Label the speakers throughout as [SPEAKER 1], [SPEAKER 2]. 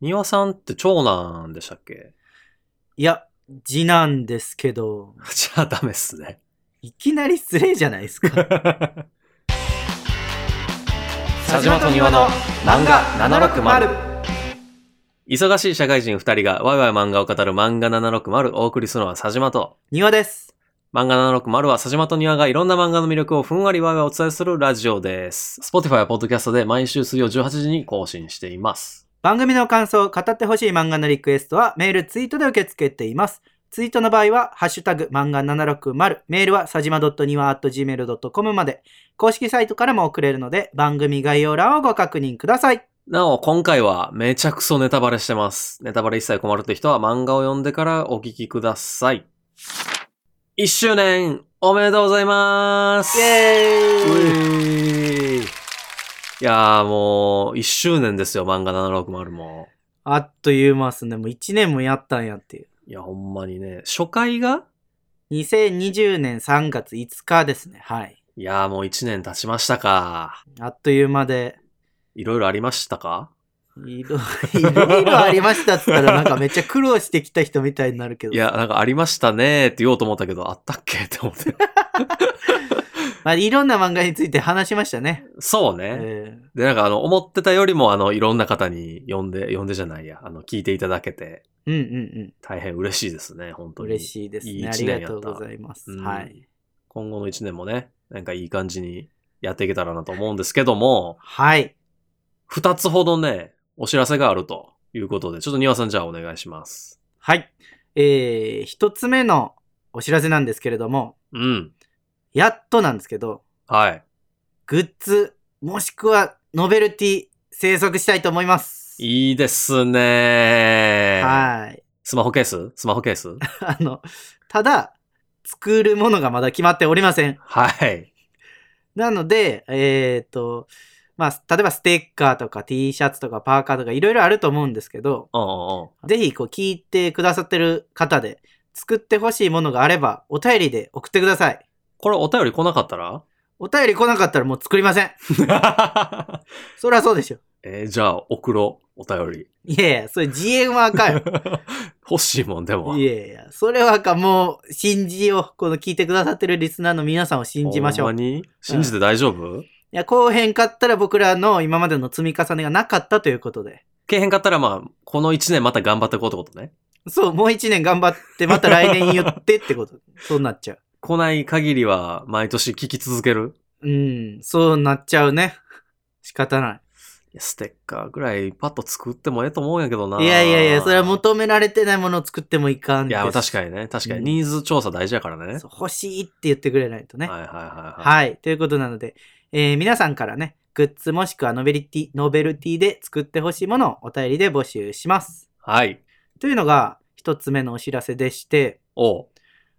[SPEAKER 1] 庭さんって長男でしたっけ
[SPEAKER 2] いや、次男ですけど、
[SPEAKER 1] じゃあダメっす ね。
[SPEAKER 2] いきなり失礼じゃないですか。
[SPEAKER 1] 佐島と庭の漫画760。忙しい社会人二人がワイワイ漫画を語る漫画760をお送りするのは佐島と。
[SPEAKER 2] 庭です。
[SPEAKER 1] 漫画760は佐島と庭がいろんな漫画の魅力をふんわりわいわいお伝えするラジオです。Spotify や Podcast で毎週水曜18時に更新しています。
[SPEAKER 2] 番組の感想、語ってほしい漫画のリクエストはメール、ツイートで受け付けています。ツイートの場合は、ハッシュタグ、漫画760、メールは、さじま .niwa.gmail.com まで、公式サイトからも送れるので、番組概要欄をご確認ください。
[SPEAKER 1] なお、今回はめちゃくそネタバレしてます。ネタバレ一切困るって人は漫画を読んでからお聞きください。1周年おめでとうございます
[SPEAKER 2] イ
[SPEAKER 1] う
[SPEAKER 2] ェーイ
[SPEAKER 1] えーいやーもう、1周年ですよ、漫画760も。
[SPEAKER 2] あっという間っすね。もう1年もやったんやっていう。
[SPEAKER 1] いや、ほんまにね、初回が
[SPEAKER 2] 2020年3月5日ですね。はい。
[SPEAKER 1] いやーもう1年経ちましたか。
[SPEAKER 2] あっという間で、
[SPEAKER 1] いろいろありましたか
[SPEAKER 2] いろいろいろありましたっつったらなんかめっちゃ苦労してきた人みたいになるけど。
[SPEAKER 1] いや、なんかありましたねーって言おうと思ったけど、あったっけって思って。
[SPEAKER 2] まあ、いろんな漫画について話しましたね。
[SPEAKER 1] そうね。
[SPEAKER 2] え
[SPEAKER 1] で、なんかあの、思ってたよりも、あの、いろんな方に呼んで、呼んでじゃないや、あの、聞いていただけて、
[SPEAKER 2] ーうんうん
[SPEAKER 1] 大変嬉しいですね、本
[SPEAKER 2] うん。
[SPEAKER 1] 当に。
[SPEAKER 2] 嬉しいですね
[SPEAKER 1] いい
[SPEAKER 2] あ
[SPEAKER 1] 一
[SPEAKER 2] り
[SPEAKER 1] 年やった
[SPEAKER 2] がとうございます。
[SPEAKER 1] うん
[SPEAKER 2] はい。
[SPEAKER 1] 今後の一年もね、なんかいい感じにやっていけたらなと思うんですけども、
[SPEAKER 2] はい。
[SPEAKER 1] 二つほどね、お知らせがあるということで、ちょっと庭さんじゃあお願いします。
[SPEAKER 2] はい。えー、一つ目のお知らせなんですけれども、
[SPEAKER 1] うん。
[SPEAKER 2] やっとなんですけど、
[SPEAKER 1] はい。
[SPEAKER 2] グッズ、もしくはノベルティ制作したいと思います。
[SPEAKER 1] いいですね
[SPEAKER 2] はい。
[SPEAKER 1] スマホケーススマホケー ス
[SPEAKER 2] あの、ただ、作るものがまだ決まっておりません。
[SPEAKER 1] はい。
[SPEAKER 2] なので、えっ、と、まあ、例えばステッカーとか T シャツとかパーカーとかいろいろあると思うんですけど、
[SPEAKER 1] うんうんうん。
[SPEAKER 2] ぜひこう聞いてくださってる方で作ってほしいものがあればお便りで送ってください。
[SPEAKER 1] これお便り来なかった ら
[SPEAKER 2] お便り来なかったらもう作りません。そりゃそうでしょ。
[SPEAKER 1] えーじゃあ、送ろう、お便り。
[SPEAKER 2] いやいや、それ GM はあか んよ。
[SPEAKER 1] 欲しいもん、でも。
[SPEAKER 2] いやいや、それはあかんもう信じよう。この聞いてくださってるリスナーの皆さんを信じましょ
[SPEAKER 1] ほ
[SPEAKER 2] う。
[SPEAKER 1] ん
[SPEAKER 2] い
[SPEAKER 1] まに信じて大丈夫
[SPEAKER 2] や、後編買ったら僕らの今までの積み重ねがなかったということで。
[SPEAKER 1] けへんかったら、まあ、この1年また頑張っていこうってことね。
[SPEAKER 2] そう、もう一年頑張って、また来年言ってっ てこと。そうなっちゃう。
[SPEAKER 1] 来ない限りは、毎年聞き続ける。
[SPEAKER 2] うん、そうなっちゃうね。仕方ない
[SPEAKER 1] やステッカーぐらいパッと作ってもええと思うんやけどな。
[SPEAKER 2] い。いやいやいや、それは求められてないものを作ってもいかん
[SPEAKER 1] い
[SPEAKER 2] です。
[SPEAKER 1] や、確かにね。確か
[SPEAKER 2] う
[SPEAKER 1] に。
[SPEAKER 2] ん
[SPEAKER 1] ニーズ調査大事やからね。
[SPEAKER 2] そう欲しいって言ってくれないとね。
[SPEAKER 1] はい
[SPEAKER 2] は
[SPEAKER 1] はいはい
[SPEAKER 2] い、
[SPEAKER 1] はい。
[SPEAKER 2] ということなので、えー皆さんからね、グッズもしくはノベリティ、ノベルティで作ってほしいものをお便りで募集します。
[SPEAKER 1] はい。
[SPEAKER 2] というのが、一つ目のお知らせでして、
[SPEAKER 1] おう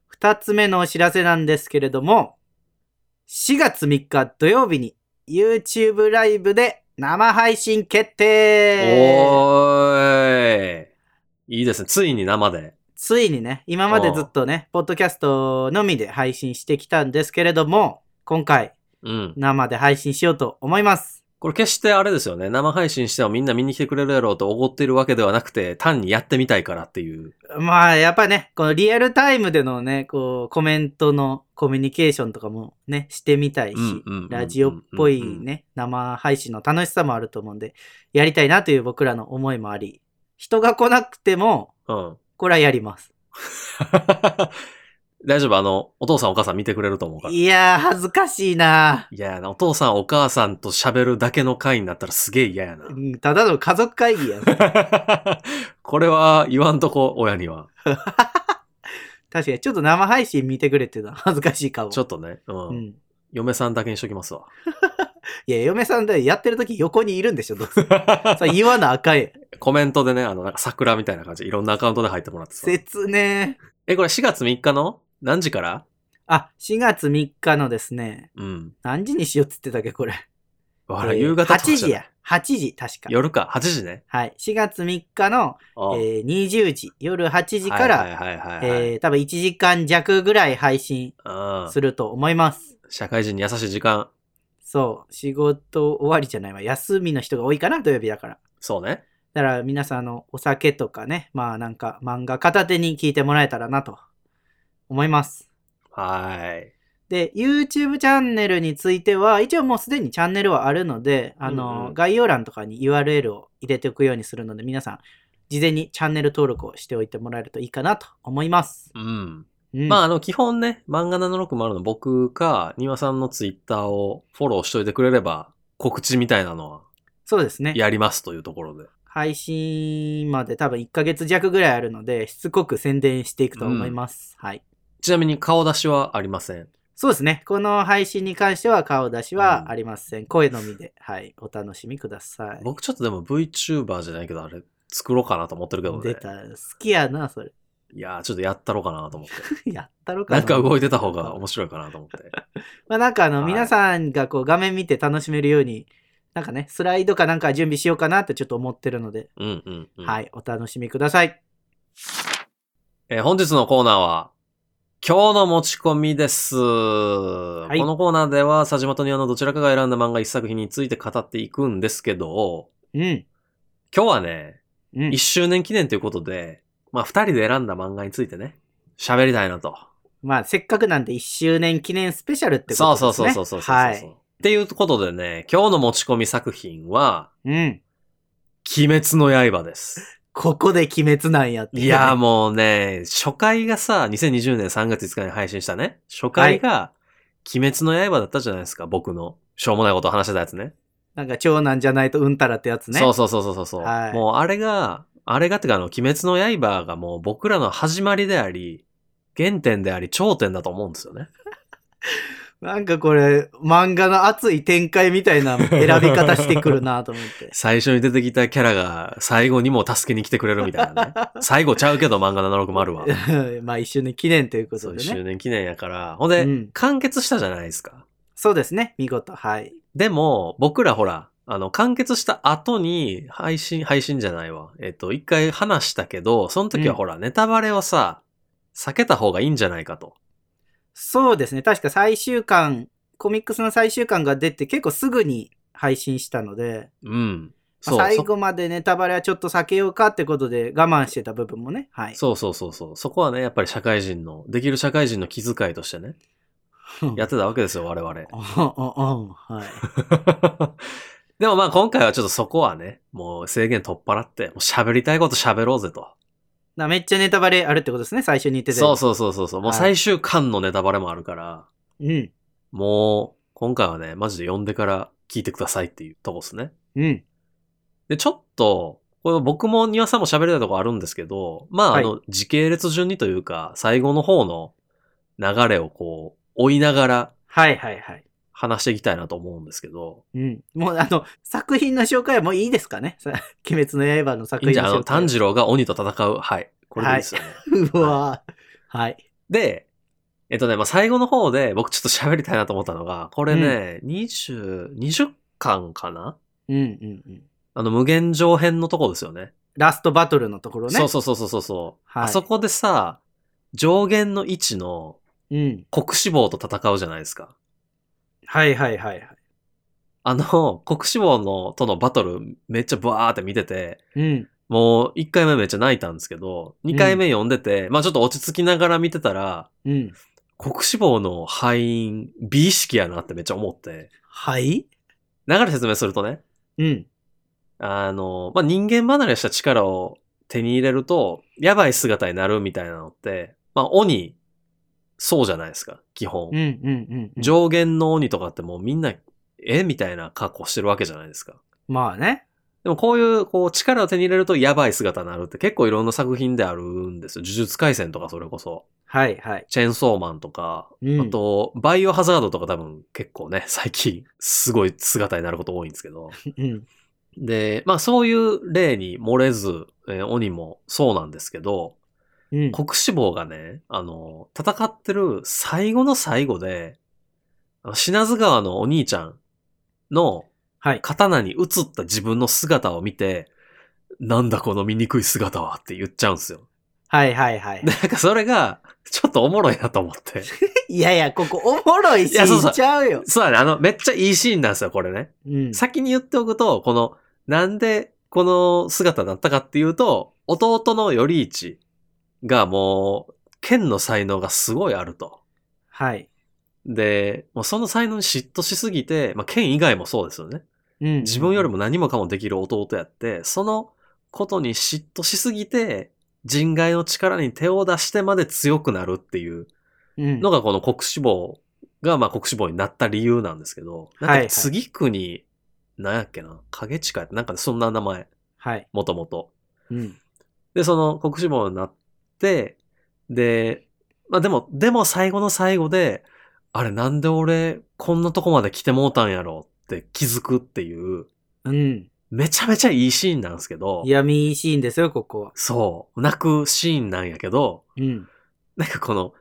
[SPEAKER 2] 二つ目のお知らせなんですけれども、4月3日土曜日に YouTube ライブで生配信決定
[SPEAKER 1] おーい。いいですね。ついに生で。
[SPEAKER 2] ついにね、今までずっとね、ポッドキャストのみで配信してきたんですけれども、今回
[SPEAKER 1] うん。
[SPEAKER 2] 生で配信しようと思います。
[SPEAKER 1] これ決してあれですよね。生配信してもみんな見に来てくれるやろうと奢っているわけではなくて、単にやってみたいからっていう。
[SPEAKER 2] まあ、やっぱね、このリアルタイムでのね、こう、コメントのコミュニケーションとかもね、してみたいし、
[SPEAKER 1] うんうんうんうん
[SPEAKER 2] ラジオっぽいね、生配信の楽しさもあると思うんで、やりたいなという僕らの思いもあり、人が来なくても、
[SPEAKER 1] うん。
[SPEAKER 2] これはやります。
[SPEAKER 1] 大丈夫あの、お父さんお母さん見てくれると思うから。い
[SPEAKER 2] いやー、恥ずかしいな
[SPEAKER 1] ややな、お父さんお母さんと喋るだけの回になったらすげえ嫌 やな
[SPEAKER 2] う。んただの家族会 議やん。
[SPEAKER 1] これは言わんとこ、親には。
[SPEAKER 2] 確かに、ちょっと生配信見てくれっていうのは恥ずかしいかも。
[SPEAKER 1] ちょっとね、うん。
[SPEAKER 2] うん。
[SPEAKER 1] 嫁さんだけにしときます わ。
[SPEAKER 2] いや、嫁さんでやってる時横にいるんでしょ、どうせ。それ言わなあかんや ん。
[SPEAKER 1] コメントでね、あの、なんか桜みたいな感じでいろんなアカウントで入ってもらってさ。
[SPEAKER 2] 説明。
[SPEAKER 1] え、これ4月3日の何時から
[SPEAKER 2] あ、4月3日のですね、
[SPEAKER 1] うん。
[SPEAKER 2] 何時にしようっつってたっけ、これ。
[SPEAKER 1] あら、
[SPEAKER 2] えー
[SPEAKER 1] 夕方とかじ
[SPEAKER 2] 8
[SPEAKER 1] ゃ
[SPEAKER 2] 時
[SPEAKER 1] ない
[SPEAKER 2] や。8時、確か。
[SPEAKER 1] 夜か、8時ね。
[SPEAKER 2] はい。4月3日の、
[SPEAKER 1] ああ
[SPEAKER 2] えー20時、夜8時から、
[SPEAKER 1] はいはいはいはいはい
[SPEAKER 2] えー多分1時間弱ぐらい配信
[SPEAKER 1] うん
[SPEAKER 2] すると思います。
[SPEAKER 1] 社会人に優しい時間。
[SPEAKER 2] そう。仕事終わりじゃないわ。休みの人が多いかな、土曜日だから。
[SPEAKER 1] そうね。
[SPEAKER 2] だから皆さん、あの、お酒とかね、まあなんか漫画片手に聞いてもらえたらなと思います。
[SPEAKER 1] はい。
[SPEAKER 2] で、YouTube チャンネルについては、一応もうすでにチャンネルはあるので、あの、
[SPEAKER 1] うんうん
[SPEAKER 2] 概要欄とかに URL を入れておくようにするので、皆さん、事前にチャンネル登録をしておいてもらえるといいかなと思います。
[SPEAKER 1] うん。
[SPEAKER 2] うん、
[SPEAKER 1] まあ、あの、基本ね、漫画760の僕か、庭さんのツイッターをフォローしといてくれれば、告知みたいなのは
[SPEAKER 2] そうですね。
[SPEAKER 1] やりますというところで。
[SPEAKER 2] 配信まで多分1ヶ月弱ぐらいあるので、しつこく宣伝していくと思います。はい。
[SPEAKER 1] ちなみに顔出しはありません。
[SPEAKER 2] そうですね。この配信に関しては顔出しはありません。声のみで、はい。お楽しみください。
[SPEAKER 1] 僕ちょっとでも VTuber じゃないけど、あれ作ろうかなと思ってるけどね。
[SPEAKER 2] 出た。好きやな、それ。
[SPEAKER 1] いやー、ちょっとやったろうかなと思って。
[SPEAKER 2] やったろか
[SPEAKER 1] なんか動いてた方が面白いかなと思って。
[SPEAKER 2] まあなんかあの、
[SPEAKER 1] はい
[SPEAKER 2] 皆さんがこう画面見て楽しめるように、なんかね、スライドかなんか準備しようかなってちょっと思ってるので、
[SPEAKER 1] うんうん、うん。
[SPEAKER 2] はい。お楽しみください。
[SPEAKER 1] えー本日のコーナーは、今日の持ち込みです。
[SPEAKER 2] い
[SPEAKER 1] このコーナーでは、佐島と庭のどちらかが選んだ漫画一作品について語っていくんですけど、
[SPEAKER 2] うん。
[SPEAKER 1] 今日はね、
[SPEAKER 2] うん
[SPEAKER 1] 1。周年記念ということで、まあ2人で選んだ漫画についてね、喋りたいなと。
[SPEAKER 2] まあ、せっかくなんで1周年記念スペシャルってことです
[SPEAKER 1] そう
[SPEAKER 2] ね。
[SPEAKER 1] そうそうそうそうそうそう。
[SPEAKER 2] はい。
[SPEAKER 1] っていうことでね、今日の持ち込み作品は、
[SPEAKER 2] うん。
[SPEAKER 1] 鬼滅の刃です。
[SPEAKER 2] ここで鬼滅なんやってね、
[SPEAKER 1] い やーもうね、初回がさ、2020年3月5日に配信したね、初回が、鬼滅の刃だったじゃないですか、僕の。しょうもないことを話してたやつね。
[SPEAKER 2] なんか長男じゃないとうんたらってやつね。
[SPEAKER 1] そうそうそうそうそう。
[SPEAKER 2] はい
[SPEAKER 1] もうあれが、あれがってかあの、鬼滅の刃がもう僕らの始まりであり、原点であり、頂点だと思うんですよね。
[SPEAKER 2] なんかこれ、漫画の熱い展開みた いな選び方してくるなと思って。
[SPEAKER 1] 最初に出てきたキャラが最後にも助けに来てくれるみたい なね。最後ち ゃうけど漫画760は。
[SPEAKER 2] まあ一周年記念というこ
[SPEAKER 1] そ
[SPEAKER 2] と
[SPEAKER 1] う、1
[SPEAKER 2] でね
[SPEAKER 1] 周。年記念やから。ほんで、
[SPEAKER 2] うん
[SPEAKER 1] 完結したじゃないですか。
[SPEAKER 2] そうですね。見事。はい。
[SPEAKER 1] でも、僕らほら、あの、完結した後に配信、配信じゃないわ。えっと、一回話したけど、その時はほら、ネタバレをさ、避けた方がいいんじゃないかと。
[SPEAKER 2] そうですね。確か最終巻、コミックスの最終巻が出て結構すぐに配信したので、
[SPEAKER 1] うん。
[SPEAKER 2] まあ
[SPEAKER 1] そう。
[SPEAKER 2] 最
[SPEAKER 1] そ
[SPEAKER 2] 後までネタバレはちょっと避けようかってことで我慢してた部分もね。はい。
[SPEAKER 1] そうそうそうそう。そこはね、やっぱり社会人の、できる社会人の気遣いとしてね、
[SPEAKER 2] うん
[SPEAKER 1] やってたわけですよ、 我々。
[SPEAKER 2] うんうんうん。はい。
[SPEAKER 1] でもまあ今回はちょっとそこはね、もう制限取っ払って、もう喋りたいこと喋ろうぜと。
[SPEAKER 2] なめっちゃネタバレあるってことですね。最初に言ってた
[SPEAKER 1] そう
[SPEAKER 2] う。
[SPEAKER 1] そうそうそうそう。もう
[SPEAKER 2] はい
[SPEAKER 1] 最終巻のネタバレもあるから、
[SPEAKER 2] うん。
[SPEAKER 1] もう今回はね、マジで読んでから聞いてくださいっていうとこですね。
[SPEAKER 2] うん。
[SPEAKER 1] で、ちょっと、これ僕も庭さんも喋りたいとこあるんですけど、まああ
[SPEAKER 2] は
[SPEAKER 1] の、時系列順にというか、最後の方の流れをこう、追いながら
[SPEAKER 2] はいはいはい。
[SPEAKER 1] 話していきたいなと思うんですけど、
[SPEAKER 2] うん。もうあの、作品の紹介はもういいですかねさ 鬼滅の刃の
[SPEAKER 1] い
[SPEAKER 2] 作
[SPEAKER 1] いんじ
[SPEAKER 2] 品
[SPEAKER 1] ゃんあ
[SPEAKER 2] の
[SPEAKER 1] の、
[SPEAKER 2] 紹介。
[SPEAKER 1] 炭治郎が鬼と戦う。はい。これでいいですよね。
[SPEAKER 2] うわぁはい。
[SPEAKER 1] で、えっとね、まあ、最後の方で僕ちょっと喋りたいなと思ったのが、これね、20、20巻かな
[SPEAKER 2] うんうんうん。
[SPEAKER 1] あの、無限上編のとこですよね。
[SPEAKER 2] ラストバトルのところね。
[SPEAKER 1] そうそうそうそうそう。
[SPEAKER 2] はい
[SPEAKER 1] あそこでさ、上限の位置の
[SPEAKER 2] うん。
[SPEAKER 1] 国志望と戦うじゃないですか。
[SPEAKER 2] はいはいはいはい。
[SPEAKER 1] あの、国志望のとのバトルめっちゃバーって見てて、
[SPEAKER 2] うん。
[SPEAKER 1] もう1回目めっちゃ泣いたんですけど、2回目読んでて、まあちょっと落ち着きながら見てたら、
[SPEAKER 2] うん。
[SPEAKER 1] 国志望の敗因、美意識やなってめっちゃ思って、
[SPEAKER 2] はい
[SPEAKER 1] 流れ説明するとね、
[SPEAKER 2] うん。
[SPEAKER 1] あの、まあ、人間離れした力を手に入れると、やばい姿になるみたいなのって、まあ、鬼、そうじゃないですか、基本。
[SPEAKER 2] うんうんうんうん。
[SPEAKER 1] 上限の鬼とかってもうみんな、えみたいな格好してるわけじゃないですか。
[SPEAKER 2] まあね。
[SPEAKER 1] でもこういう、こう、力を手に入れるとやばい姿になるって結構いろんな作品であるんですよ。呪術廻戦とかそれこそ。
[SPEAKER 2] はいはい。
[SPEAKER 1] チェーンソーマンとか、
[SPEAKER 2] うん
[SPEAKER 1] あと、バイオハザードとか多分結構ね、 最近、すごい姿になること多いんですけど。
[SPEAKER 2] うん。
[SPEAKER 1] で、まあそういう例に漏れず、えー鬼もそうなんですけど、
[SPEAKER 2] うん。
[SPEAKER 1] 国志望がね、あの、戦ってる最後の最後で、あの品津川のお兄ちゃんの
[SPEAKER 2] はい。
[SPEAKER 1] 刀に映った自分の姿を見て、なんだこの醜い姿はって言っちゃうんですよ。
[SPEAKER 2] はいはいはい
[SPEAKER 1] で、。なんかそれが、ちょっとおもろいなと思 って。
[SPEAKER 2] いやいや、ここおもろいし、
[SPEAKER 1] いやそうそう
[SPEAKER 2] ちゃうよ。
[SPEAKER 1] そうだね、あの、めっちゃいいシーンなんですよ、これね。
[SPEAKER 2] うん。
[SPEAKER 1] 先に言っておくと、この、なんでこの姿だったかっていうと、弟の頼一がもう、剣の才能がすごいあると。
[SPEAKER 2] はい。
[SPEAKER 1] で、もうその才能に嫉妬しすぎて、まあ、剣以外もそうですよね。
[SPEAKER 2] うん。
[SPEAKER 1] 自分よりも何もかもできる弟やって、そのことに嫉妬しすぎて、人外の力に手を出してまで強くなるっていう
[SPEAKER 2] うん
[SPEAKER 1] のがこの国志望が、まあ国志望になった理由なんですけど、な
[SPEAKER 2] は
[SPEAKER 1] ん
[SPEAKER 2] いは
[SPEAKER 1] か
[SPEAKER 2] い
[SPEAKER 1] 次国、なんやっけな、影近いって、なんかそんな名前、
[SPEAKER 2] はい。
[SPEAKER 1] もともと。
[SPEAKER 2] うん。
[SPEAKER 1] で、その国志望になって、で、まあでも、でも最後の最後で、あれなんで俺こんなとこまで来てもうたんやろって気づくっていう、
[SPEAKER 2] うん。
[SPEAKER 1] めちゃめちゃいいシーンなんですけど
[SPEAKER 2] い、や、いいシーンですよ、ここは。
[SPEAKER 1] そう、泣くシーンなんやけど、
[SPEAKER 2] うん。
[SPEAKER 1] なんかこの、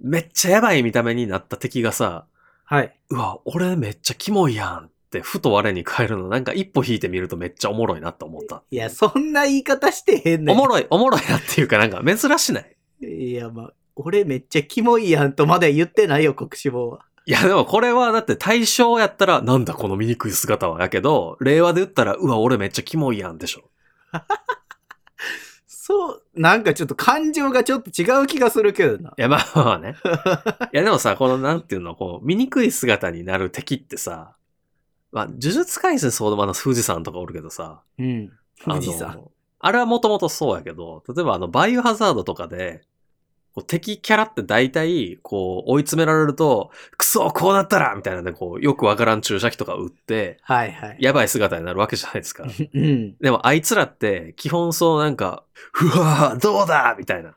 [SPEAKER 1] めっちゃやばい見た目になった敵がさ、
[SPEAKER 2] はい。
[SPEAKER 1] うわ、俺めっちゃキモいやんって、ふと我に返るの、なんか一歩引いてみるとめっちゃおもろいなって思った。
[SPEAKER 2] いや、そんな言い方してへんね
[SPEAKER 1] お
[SPEAKER 2] ん。
[SPEAKER 1] もろい、おもろいなっていうかなんか珍しない。
[SPEAKER 2] いや、まあ、俺めっちゃキモいやんとまだ言ってないよ、国志望は。
[SPEAKER 1] いやでもこれはだって対象やったら、なんだこの醜い姿はやけど、令和で言ったら、うわ、俺めっちゃキモいやんでしょ。
[SPEAKER 2] そう、なんかちょっと感情がちょっと違う気がするけどな。
[SPEAKER 1] いや、まあまあ ね。いやでもさ、このなんていうの、こう、醜い姿になる敵ってさ、まあ、呪術改戦相まの富士山とかおるけどさ、
[SPEAKER 2] うん。富
[SPEAKER 1] あ
[SPEAKER 2] 士山。
[SPEAKER 1] のあれはもともとそうやけど、例えばあの、バイオハザードとかで、こう敵キャラって大体、こう、追い詰められると、クソこうなったらみたいなんで、こう、よくわからん注射器とか撃って、
[SPEAKER 2] はいはい。
[SPEAKER 1] やばい姿になるわけじゃないですか。
[SPEAKER 2] うん。
[SPEAKER 1] でもあいつらって、基本そうなんか、うわぁ、どうだみたいな。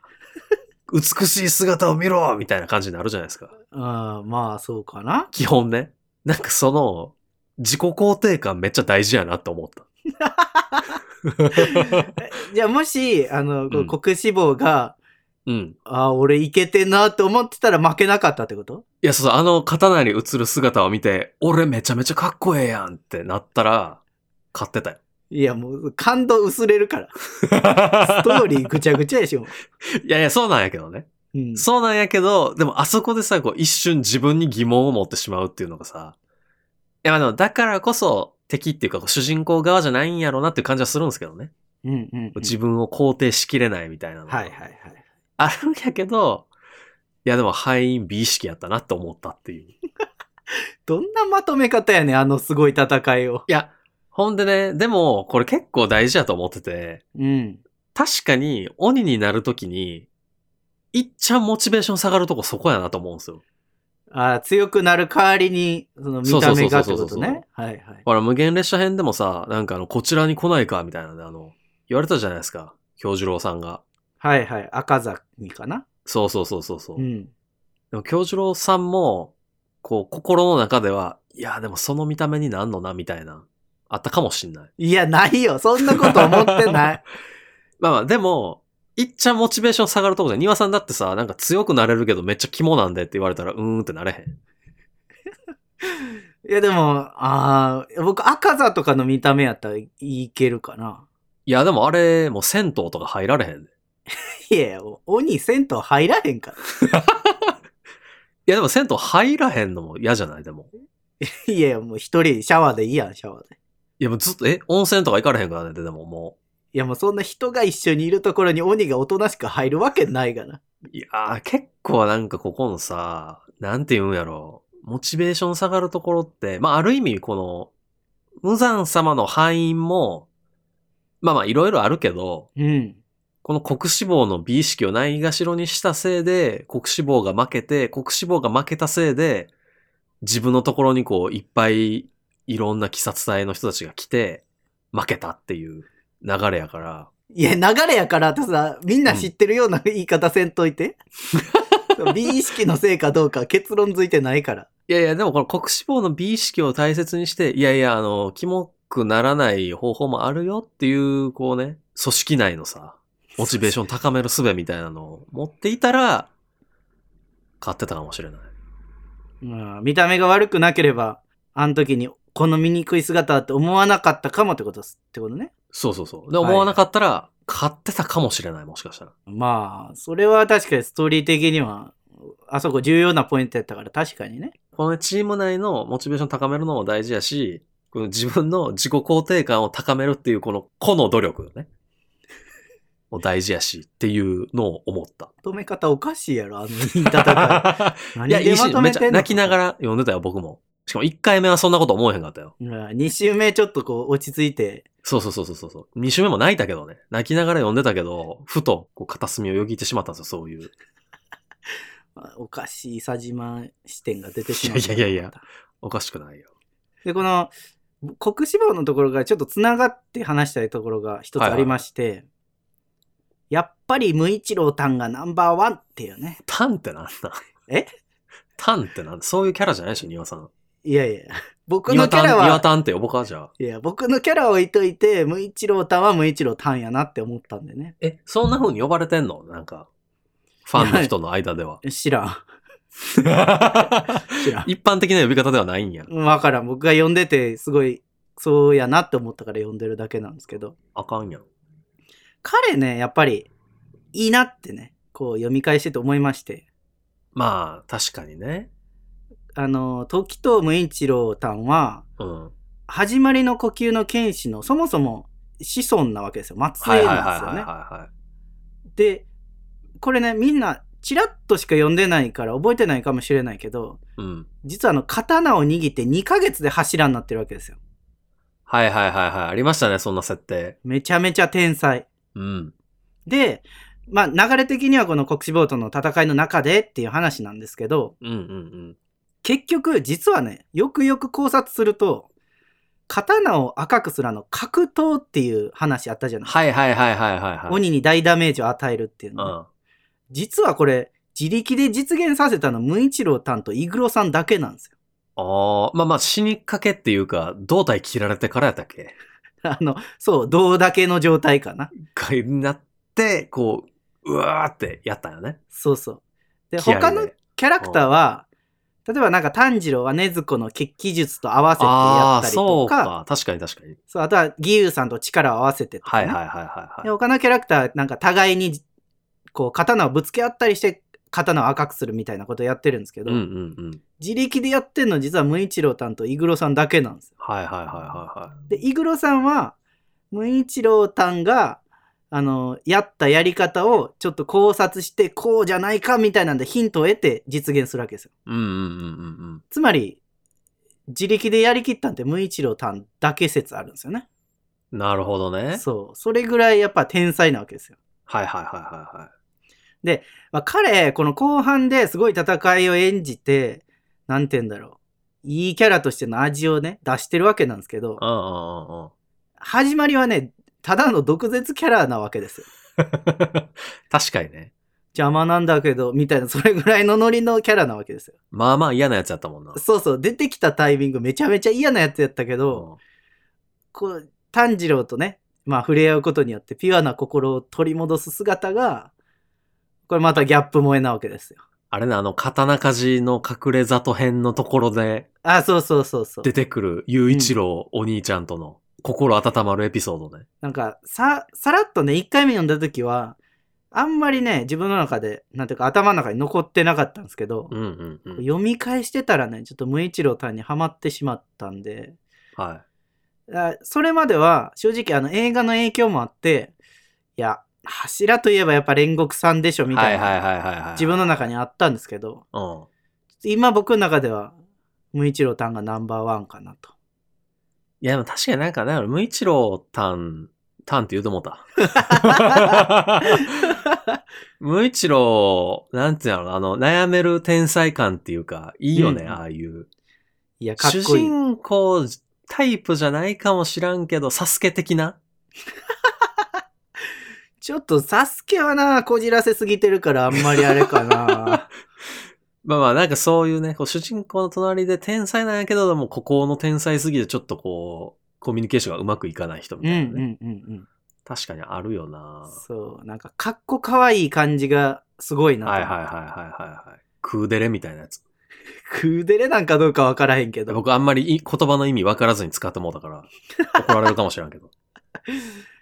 [SPEAKER 1] 美しい姿を見ろみたいな感じになるじゃないですか。
[SPEAKER 2] あーまあ、そうかな。
[SPEAKER 1] 基本ね。なんかその、自己肯定感めっちゃ大事やなって思った。
[SPEAKER 2] えじゃあ、もし、あの、こ
[SPEAKER 1] う
[SPEAKER 2] うん国志望が、
[SPEAKER 1] うん。
[SPEAKER 2] あー俺いけてんなって思ってたら負けなかったってこと
[SPEAKER 1] いや、そうそう、あの刀に映る姿を見て、俺めちゃめちゃかっこええやんってなったら、買ってたよ。
[SPEAKER 2] いや、もう感動薄れるから。
[SPEAKER 1] ス
[SPEAKER 2] ストーリーぐちゃぐちゃでしょ。
[SPEAKER 1] いやいや、そうなんやけどね。
[SPEAKER 2] うん。
[SPEAKER 1] そうなんやけど、でもあそこでさ、こう一瞬自分に疑問を持ってしまうっていうのがさ、いや、まあでもだからこそ敵っていうか、こう主人公側じゃないんやろうなっていう感じはするんですけどね。
[SPEAKER 2] うんうんうん。
[SPEAKER 1] 自分を肯定しきれないみたいなのが
[SPEAKER 2] はいはいはい。
[SPEAKER 1] あるんやけど、いやでも敗因美意識やったなって思ったっていう。
[SPEAKER 2] どんなまとめ方やねんあのすごい戦いを。
[SPEAKER 1] いや、ほんでね、でもこれ結構大事やと思ってて、
[SPEAKER 2] うん。
[SPEAKER 1] 確かに鬼になるときに、いっちゃんモチベーション下がるとこそこやなと思うんですよ。
[SPEAKER 2] あー強くなる代わりに、その見た目がって
[SPEAKER 1] そうそ
[SPEAKER 2] こ
[SPEAKER 1] うそうそ
[SPEAKER 2] と
[SPEAKER 1] うそう
[SPEAKER 2] ね。はいはい。
[SPEAKER 1] ほら、無限列車編でもさ、なんかあの、こちらに来ないか、みたいなね、あの、言われたじゃないですか。京次郎さんが。
[SPEAKER 2] はいはい。赤崎かな。
[SPEAKER 1] そうそうそうそうそう。
[SPEAKER 2] うん。
[SPEAKER 1] でも京次郎さんも、こう、心の中では、いや、でもその見た目になんのな、みたいな、あったかもしんない。
[SPEAKER 2] いや、ないよ。そんなこと思ってない。
[SPEAKER 1] まあまあ、でも、いっちゃんモチベーション下がるとこじゃん。庭さんだってさ、なんか強くなれるけどめっちゃ肝なんでって言われたら、うーんってなれへん。
[SPEAKER 2] いや、でも、ああ、僕、赤座とかの見た目やったらいいけるかな。
[SPEAKER 1] いや、でもあれ、もう銭湯とか入られへんで。
[SPEAKER 2] いやいや、鬼銭湯入らへんから。
[SPEAKER 1] いや、でも銭湯入らへんのも嫌じゃないでも。
[SPEAKER 2] いやいや、もう一人シャワーでいいやん、シャワーで。
[SPEAKER 1] いや、もうずっと、え、温泉とか行かれへんからねって、でももう。
[SPEAKER 2] いや、もうそんな人が一緒にいるところに鬼がおとなしく入るわけないがな。
[SPEAKER 1] いやー、結構なんかここのさ、なんて言うんやろモチベーション下がるところって、まあある意味この、無惨様の敗因も、まあまあいろいろあるけど、
[SPEAKER 2] うん。
[SPEAKER 1] この国志望の美意識をないがしろにしたせいで、国志望が負けて、国志望が負けたせいで、自分のところにこういっぱいいろんな鬼殺隊の人たちが来て、負けたっていう流れやから、
[SPEAKER 2] いや、流れやからってさ、みんな知ってるような言い方せんとい て。美意識のせいかどうか結論づいてないから。
[SPEAKER 1] いやいや、でもこの国志望の美意識を大切にして、いやいや、あの、キモくならない方法もあるよっていう、こうね、組織内のさ、モチベーション高める術みたいなのを持っていたら、買ってたかもしれない。
[SPEAKER 2] うん、見た目が悪くなければ、あの時にこの醜い姿って思わなかったかもってことです。ってことね。
[SPEAKER 1] そうそうそう。で、
[SPEAKER 2] はい
[SPEAKER 1] 思わなかったら、買ってたかもしれない、もしかしたら。
[SPEAKER 2] まあ、それは確かにストーリー的には、あそこ重要なポイントやったから確かにね。
[SPEAKER 1] このね、チーム内のモチベーション高めるのも大事やし、この自分の自己肯定感を高めるっていうこの個の努力よね。もう大事やしっていうのを思った。
[SPEAKER 2] まとめ方おかしいやろ、あの言い方 何
[SPEAKER 1] いや、い
[SPEAKER 2] で
[SPEAKER 1] いし、
[SPEAKER 2] まと
[SPEAKER 1] め
[SPEAKER 2] め
[SPEAKER 1] っち
[SPEAKER 2] て
[SPEAKER 1] ゃ
[SPEAKER 2] んの
[SPEAKER 1] 泣きながら読んでたよ、僕も。しかも1回目はそんなこと思えへんかったよ。
[SPEAKER 2] うん二週目ちょっとこう落ち着いて、
[SPEAKER 1] そうそうそうそうそうそう。2週目も泣いたけどね。泣きながら読んでたけど、ふとこう片隅をよぎってしまったんですよ、そういう。
[SPEAKER 2] まあおかしい佐島視点が出てしまっ
[SPEAKER 1] い
[SPEAKER 2] た。
[SPEAKER 1] やいやいやいやおかしくないよ。
[SPEAKER 2] で、この、国志望のところがちょっとつながって話したいところが一つありまして、やっぱり無一郎さんがナンバーワンっていうね。
[SPEAKER 1] タンってなんだ
[SPEAKER 2] え
[SPEAKER 1] タンってなんだそういうキャラじゃないでしょ、庭さん。
[SPEAKER 2] いやいや、僕
[SPEAKER 1] 庭
[SPEAKER 2] のキャ
[SPEAKER 1] タン、
[SPEAKER 2] ラ
[SPEAKER 1] 庭
[SPEAKER 2] は、
[SPEAKER 1] タンって呼ぼうか、じゃあ。
[SPEAKER 2] いや、僕のキャラを置いといて、無一郎さんは無一郎さんやなって思ったんでね。
[SPEAKER 1] え、そんな風に呼ばれてんのなんか、ファンの人の間で は。
[SPEAKER 2] 知らん。知らん。
[SPEAKER 1] 一般的な呼び方ではないんや。
[SPEAKER 2] わからん。僕が呼んでて、すごい、そうやなって思ったから呼んでるだけなんですけど。
[SPEAKER 1] あかんやん。
[SPEAKER 2] 彼ね、やっぱり、いいなってね、こう読み返してて思いまして。
[SPEAKER 1] まあ、確かにね。
[SPEAKER 2] あの、時藤無一郎さんは、
[SPEAKER 1] うん。
[SPEAKER 2] 始まりの呼吸の剣士の、そもそも子孫なわけですよ。末
[SPEAKER 1] はい
[SPEAKER 2] 裔
[SPEAKER 1] はいはい
[SPEAKER 2] なんですよ
[SPEAKER 1] はい
[SPEAKER 2] ね。
[SPEAKER 1] はいはい。
[SPEAKER 2] で、これね、みんな、チラッとしか読んでないから覚えてないかもしれないけど、
[SPEAKER 1] うん。
[SPEAKER 2] 実はあの、刀を握って2ヶ月で柱になってるわけですよ。
[SPEAKER 1] はいはいはいはい。ありましたね、そんな設定。
[SPEAKER 2] めちゃめちゃ天才。
[SPEAKER 1] うん。
[SPEAKER 2] で、まあ、流れ的にはこの国士ボートの戦いの中でっていう話なんですけど、
[SPEAKER 1] うんうんうん。
[SPEAKER 2] 結局、実はね、よくよく考察すると、刀を赤くするあの、格闘っていう話あったじゃない、
[SPEAKER 1] はいはいはいはいはいはい。
[SPEAKER 2] 鬼に大ダメージを与えるっていう
[SPEAKER 1] う
[SPEAKER 2] のね、
[SPEAKER 1] ん。
[SPEAKER 2] 実はこれ、自力で実現させたの、無一郎さんとイグロさんだけなんですよ。
[SPEAKER 1] ああ、まあまあ死にかけっていうか、胴体切られてからやったっけ
[SPEAKER 2] あの、そう、胴だけの状態かな。
[SPEAKER 1] かいになって、こう、うわーってやったんよね。
[SPEAKER 2] そうそう。で、
[SPEAKER 1] 気合で
[SPEAKER 2] 他のキャラクターは、例えばなんか炭治郎は禰豆子の血気術と合わせてや
[SPEAKER 1] あ
[SPEAKER 2] っ
[SPEAKER 1] あー、
[SPEAKER 2] たり
[SPEAKER 1] そ
[SPEAKER 2] と
[SPEAKER 1] うか。確かに確かに。
[SPEAKER 2] そう、あとは、義勇さんと力を合わせてとか
[SPEAKER 1] は
[SPEAKER 2] ね、
[SPEAKER 1] いはいはいはい
[SPEAKER 2] で
[SPEAKER 1] はい。
[SPEAKER 2] 他のキャラクター、なんか互いに、こう、刀をぶつけ合ったりして、刀を赤くするみたいなことをやってるんですけ
[SPEAKER 1] う
[SPEAKER 2] ど、
[SPEAKER 1] んうんうん。
[SPEAKER 2] 自力でやってんの実は無一郎さんとイグロさんだけなんですよ。
[SPEAKER 1] はいはいはいはいはい。
[SPEAKER 2] で、イグロさんは、無一郎さんが、あの、やったやり方をちょっと考察して、こうじゃないかみたいなんでヒントを得て実現するわけですよ。
[SPEAKER 1] うんうんうんうんうん。
[SPEAKER 2] つまり、自力でやりきったんって無一郎さんだけ説あるんですよね。
[SPEAKER 1] なるほどね。
[SPEAKER 2] そう。それぐらいやっぱ天才なわけですよ。
[SPEAKER 1] はいはいはいはいはい。
[SPEAKER 2] まあ、彼、この後半ですごい戦いを演じて、なんて言うんだろう。いいキャラとしての味をね、出してるわけなんですけど
[SPEAKER 1] う、んうんうんうん。
[SPEAKER 2] 始まりはね、ただの毒舌キャラなわけですよ。
[SPEAKER 1] 確かにね。
[SPEAKER 2] 邪魔なんだけど、みたいな、それぐらいのノリのキャラなわけですよ。
[SPEAKER 1] まあまあ嫌なやつやったもんな。
[SPEAKER 2] そうそう、出てきたタイミングめちゃめちゃ嫌なやつやったけ
[SPEAKER 1] う
[SPEAKER 2] ど、
[SPEAKER 1] ん
[SPEAKER 2] こう、炭治郎とね、まあ触れ合うことによってピュアな心を取り戻す姿が、これまたギャップ萌えなわけですよ。
[SPEAKER 1] あれね、あの、刀鍛冶の隠れ里編のところで
[SPEAKER 2] あ、そうそうそうそう。
[SPEAKER 1] 出てくる、雄一郎お兄ちゃんとの心温まるエピソードね。
[SPEAKER 2] なんか、さ、さらっとね、1回目読んだ時は、あんまりね、自分の中で、なんていうか頭の中に残ってなかったんですけど、
[SPEAKER 1] うんうんうん。
[SPEAKER 2] 読み返してたらね、ちょっと無一郎さんにはまってしまったんで、
[SPEAKER 1] は
[SPEAKER 2] あそれまでは正直あの映画の影響もあって、いや、柱といえばやっぱ煉獄さんでしょ
[SPEAKER 1] い。
[SPEAKER 2] み
[SPEAKER 1] は
[SPEAKER 2] た
[SPEAKER 1] い
[SPEAKER 2] い
[SPEAKER 1] はい
[SPEAKER 2] な、
[SPEAKER 1] はいはいはい。
[SPEAKER 2] 自分の中にあったんですけど、
[SPEAKER 1] うん。
[SPEAKER 2] 今僕の中では、無一郎さんがナンバーワンかなと。
[SPEAKER 1] いや、でも確かになんかね、無一郎タン、タンって言うと思 った。無一郎、なんていうの、あの、悩める天才感っていうか、いいよね、
[SPEAKER 2] うん
[SPEAKER 1] ああいう。
[SPEAKER 2] いや、かっ
[SPEAKER 1] 主
[SPEAKER 2] こいい。
[SPEAKER 1] 人公タイプじゃないかもしらんけど、サスケ的な
[SPEAKER 2] ちょっとサスケはな、こじらせすぎてるからあんまりあれかな。
[SPEAKER 1] まあまあ、なんかそういうね、こう主人公の隣で天才なんやけど、でもここの天才すぎてちょっとこう、コミュニケーションがうまくいかない人み
[SPEAKER 2] う
[SPEAKER 1] た
[SPEAKER 2] ん
[SPEAKER 1] いなね。
[SPEAKER 2] うんうん
[SPEAKER 1] 確かにあるよ
[SPEAKER 2] う。
[SPEAKER 1] なん
[SPEAKER 2] そう、なんか、かっこかわいい感じがすごいなと。
[SPEAKER 1] はいはいはいはいはいはい。クーデレみたいなやつ。
[SPEAKER 2] クーデレなんかどうかわからへんけど。
[SPEAKER 1] 僕あんまりい言葉の意味分からずに使ってもうた から、怒られるかもしれんけど。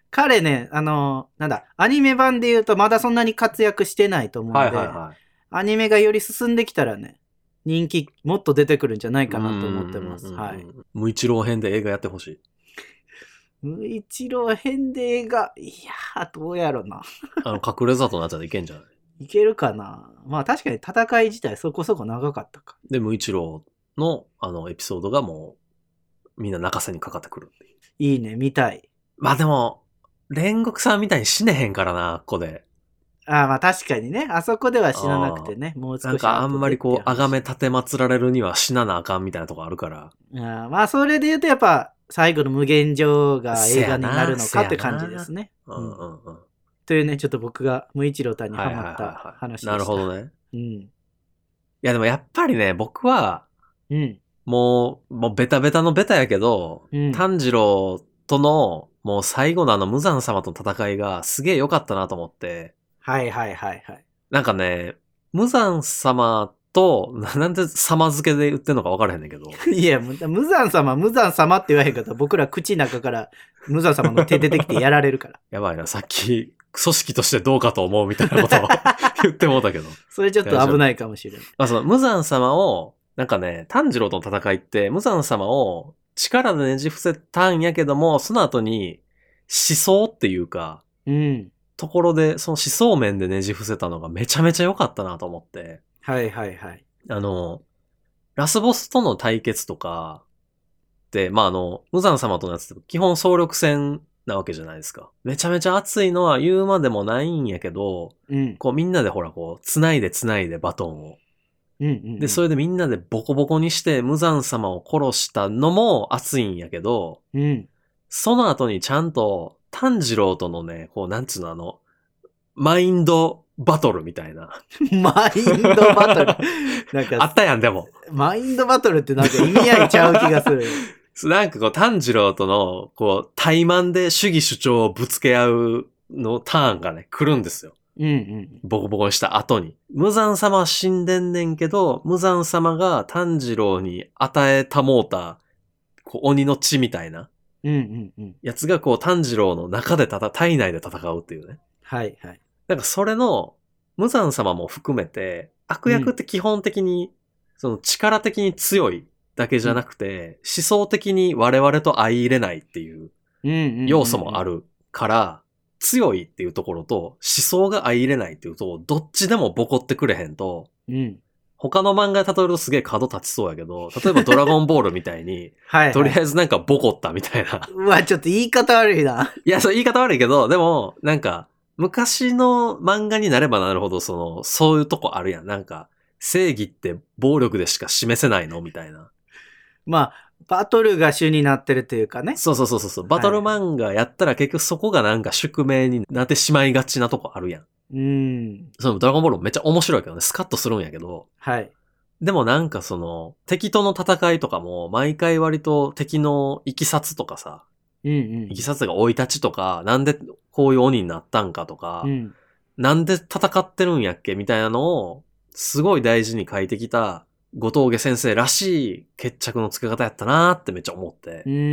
[SPEAKER 2] 彼ね、あの、なんだ、アニメ版で言うとまだそんなに活躍してないと思うんで、
[SPEAKER 1] はいはいはい。
[SPEAKER 2] アニメがより進んできたらね、人気もっと出てくるんじゃないかなと思ってます。
[SPEAKER 1] うんうんうん
[SPEAKER 2] はい。。
[SPEAKER 1] 無一郎編で映画やってほしい。
[SPEAKER 2] 無一郎編で映画、いやー、どうやろな。
[SPEAKER 1] あの、隠れ里のあたりでいけんじゃない
[SPEAKER 2] いけるかな。まあ確かに戦い自体そこそこ長かったか。
[SPEAKER 1] で、無一郎の、あの、エピソードがもう、みんな泣かせにかかってくる。
[SPEAKER 2] いいね、見たい。
[SPEAKER 1] まあでも、煉獄さんみたいに死ねへんからな、ここで。
[SPEAKER 2] ああまあ確かにね、あそこでは死ななくてね、もう少し。
[SPEAKER 1] なんかあんまりこう、崇め。立てまつられるには死ななあかんみたいなとこあるから。
[SPEAKER 2] ああまあそれで言うとやっぱ最後の無限上が映画になるの
[SPEAKER 1] せ
[SPEAKER 2] か
[SPEAKER 1] やな
[SPEAKER 2] って感じですね。
[SPEAKER 1] うんうんうん。
[SPEAKER 2] というね、ちょっと僕が無一郎さんに
[SPEAKER 1] は
[SPEAKER 2] ハ
[SPEAKER 1] いはい
[SPEAKER 2] マっ
[SPEAKER 1] はい
[SPEAKER 2] た
[SPEAKER 1] はい。
[SPEAKER 2] 話でした。
[SPEAKER 1] なるほどね。
[SPEAKER 2] ね。
[SPEAKER 1] いやでもやっぱりね、僕は、
[SPEAKER 2] うん。うん。
[SPEAKER 1] もう、もうベタベタのベタやけど、
[SPEAKER 2] うん
[SPEAKER 1] 炭治郎との、もう最後のあの無惨様との戦いがすげえ良かったなと思って、
[SPEAKER 2] はいはいはいはい。
[SPEAKER 1] なんかね、無惨様と、ななんで様付けで言ってんのか分からへんねんけど、
[SPEAKER 2] いや、む無惨様、無惨様って言わへんかったら僕ら口の中から無惨様の手出てきてやられるから。
[SPEAKER 1] やばいな、さっき、組織としてどうかと思うみたいな ことを言ってもうたけど。
[SPEAKER 2] それちょっと危ないかもしれない。
[SPEAKER 1] まあその、無惨様を、なんかね、炭治郎との戦いって、無惨様を力でねじ伏せたんやけども、その後に、思想っていうか、
[SPEAKER 2] うん。
[SPEAKER 1] ところで、その思想面でねじ伏せたのがめちゃめちゃ良かったなと思って、
[SPEAKER 2] はいはいはい。
[SPEAKER 1] あの、ラスボスとの対決とか、で、まあ、あの、無惨様とのやつって基本総力戦なわけじゃないですか。めちゃめちゃ熱いのは言うまでもないんやけど、
[SPEAKER 2] うん。
[SPEAKER 1] こうみんなでほらこう、繋いで繋いでバトンを。
[SPEAKER 2] うんうん。
[SPEAKER 1] で、そ
[SPEAKER 2] れ。
[SPEAKER 1] れでみんなでボコボコにして無惨様を殺したのも熱いんやけど、
[SPEAKER 2] うん。
[SPEAKER 1] その後にちゃんと炭治郎とのね、こうなんつうのあの、マインドバトルみたいな。
[SPEAKER 2] マインドバトル。なん
[SPEAKER 1] あ
[SPEAKER 2] か
[SPEAKER 1] っ、たやん、でも。
[SPEAKER 2] マインドバトルってなんか意味合いちゃう気がする。
[SPEAKER 1] そうなんかこう炭治郎との、こう、対マンで主義主張をぶつけ合うのターンがね、来るんですよ。
[SPEAKER 2] うんうん。
[SPEAKER 1] ボコボコにした後に。無惨様は死んでんねんけど、無惨様が炭治郎に与えたもうた、こう、鬼の血みたいな
[SPEAKER 2] うんうんうん。
[SPEAKER 1] やつがこう、炭治郎の中でたた、体内で戦うっていうね。
[SPEAKER 2] はいはい。
[SPEAKER 1] なんかそれの、無惨様も含めて、悪役って基本的に、その力的に強いだけじゃなくて、思想的に我々と相入れないっていう
[SPEAKER 2] うんうんうん。
[SPEAKER 1] 要素もあ。るから、強いっていうところと思想が相入れないっていうと、どっちでもボコってくれへんと、
[SPEAKER 2] うん。
[SPEAKER 1] 他の漫画で例えるとすげえ角立ちそうやけ ど、例えばドラゴンボールみたいに、
[SPEAKER 2] はい、はい。
[SPEAKER 1] とりあえずなんかボコったみたいな。
[SPEAKER 2] うわ、ちょっと言い方悪いな。
[SPEAKER 1] いや、そう言い方悪いけど、でも、なんか、昔の漫画になればなるほど、その、そういうとこあるやん。なんか、正義って暴力でしか示せないのみたいな。
[SPEAKER 2] まあ、バトルが主になってるというかね。
[SPEAKER 1] そうそうそうそう。バトル漫画やったら結局そこがなんか宿命になってしまいがちなとこあるやん。
[SPEAKER 2] うん。
[SPEAKER 1] そのドラゴンボールもめっちゃ面白いけどね、スカッとするんやけど、
[SPEAKER 2] はい。
[SPEAKER 1] でもなんかその、敵との戦いとかも、毎回割と敵のいきさつとかさ、
[SPEAKER 2] うんうん。
[SPEAKER 1] いきさつが生い立ちとか、なんでこういう鬼になったんかとか、
[SPEAKER 2] うん。
[SPEAKER 1] なんで戦ってるんやっけみたいなのを、すごい大事に書いてきた、後藤家先生らしい決着のつけ方やったなーってめっちゃ思って、
[SPEAKER 2] うんうんう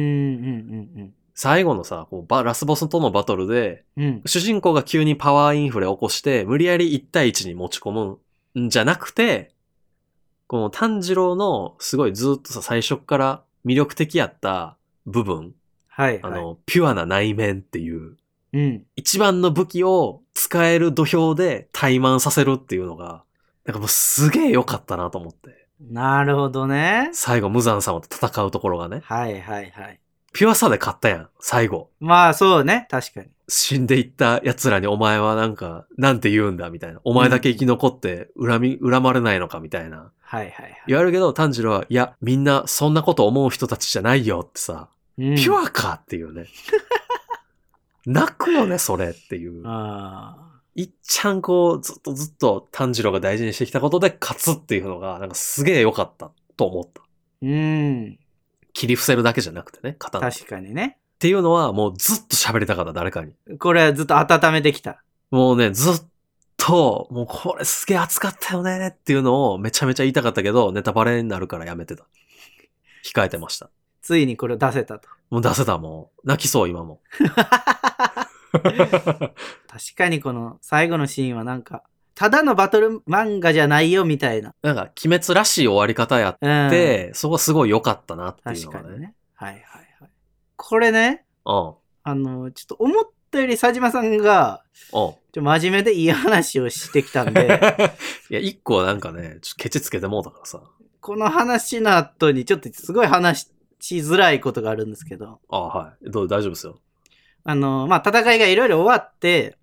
[SPEAKER 2] ん
[SPEAKER 1] 最後のさ、こうバラスボスとのバトルで、
[SPEAKER 2] うん。うん。
[SPEAKER 1] 主人公が急にパワーインフレ起こして、無理やり1対1に持ち込むんじゃなくて、この炭治郎のすごいずっとさ、最初っから魅力的やった部分、
[SPEAKER 2] はい、はい。
[SPEAKER 1] あの、ピュアな内面っていう、
[SPEAKER 2] うん。
[SPEAKER 1] 一番の武器を使える土俵で怠慢させるっていうのが、なんかもうすげえ良かったなと思って。
[SPEAKER 2] なるほどね。
[SPEAKER 1] 最後、無惨様と戦うところがね。
[SPEAKER 2] はいはいはい。
[SPEAKER 1] ピュアさで勝ったやん、最後。
[SPEAKER 2] まあそうね、確かに。
[SPEAKER 1] 死んでいった奴らにお前はなんか、なんて言うんだみたいな。お前だけ生き残って恨み、恨まれないのかみたいな。
[SPEAKER 2] はいはい
[SPEAKER 1] 言
[SPEAKER 2] は
[SPEAKER 1] われるけど、炭治郎は、いや、みんなそんなこと思う人たちじゃないよってさ、
[SPEAKER 2] い。うん
[SPEAKER 1] ピュアかっていうね。泣くよね、それっていう。
[SPEAKER 2] あ
[SPEAKER 1] いっちゃんこう、ずっとずっと炭治郎が大事にしてきたことで勝つっていうのが、なんかすげえ良かったと思った。
[SPEAKER 2] ーうん。
[SPEAKER 1] 切り伏せるだけじゃなくてね、刀。っ
[SPEAKER 2] 確かにね。
[SPEAKER 1] ていうのは、もうずっと喋りたかった、誰かに。
[SPEAKER 2] これはずっと温めてきた。
[SPEAKER 1] もうね、ずっと、もうこれすげえ熱かったよねっていうのをめちゃめちゃ言いたかったけど、ネタバレになるからやめて た。控えてました。
[SPEAKER 2] ついにこれを出せ たと。
[SPEAKER 1] もう出せたもう。泣きそう、今も。
[SPEAKER 2] 確かにこの最後のシーンはなんか、ただのバトル漫画じゃないよみたいな。
[SPEAKER 1] なんか、鬼滅らしい終わり方や
[SPEAKER 2] うん
[SPEAKER 1] っ。て、そこすごい良かったなっていう
[SPEAKER 2] 確
[SPEAKER 1] の
[SPEAKER 2] か
[SPEAKER 1] がね。
[SPEAKER 2] にね。はいはいはい。これね、
[SPEAKER 1] う
[SPEAKER 2] あの、ちょっと思ったより佐島さんが、
[SPEAKER 1] ん。うん。
[SPEAKER 2] ちょ真面目でいい話をしてきた んで、
[SPEAKER 1] いや、一個なんかね、ちょっとケチつけてもうたからさ。
[SPEAKER 2] この話の後にちょっとすごい話しづらいことがあるんですけど、
[SPEAKER 1] あはい。どう大丈夫ですよ。
[SPEAKER 2] あの、まあ、戦いがいろいろ終わって、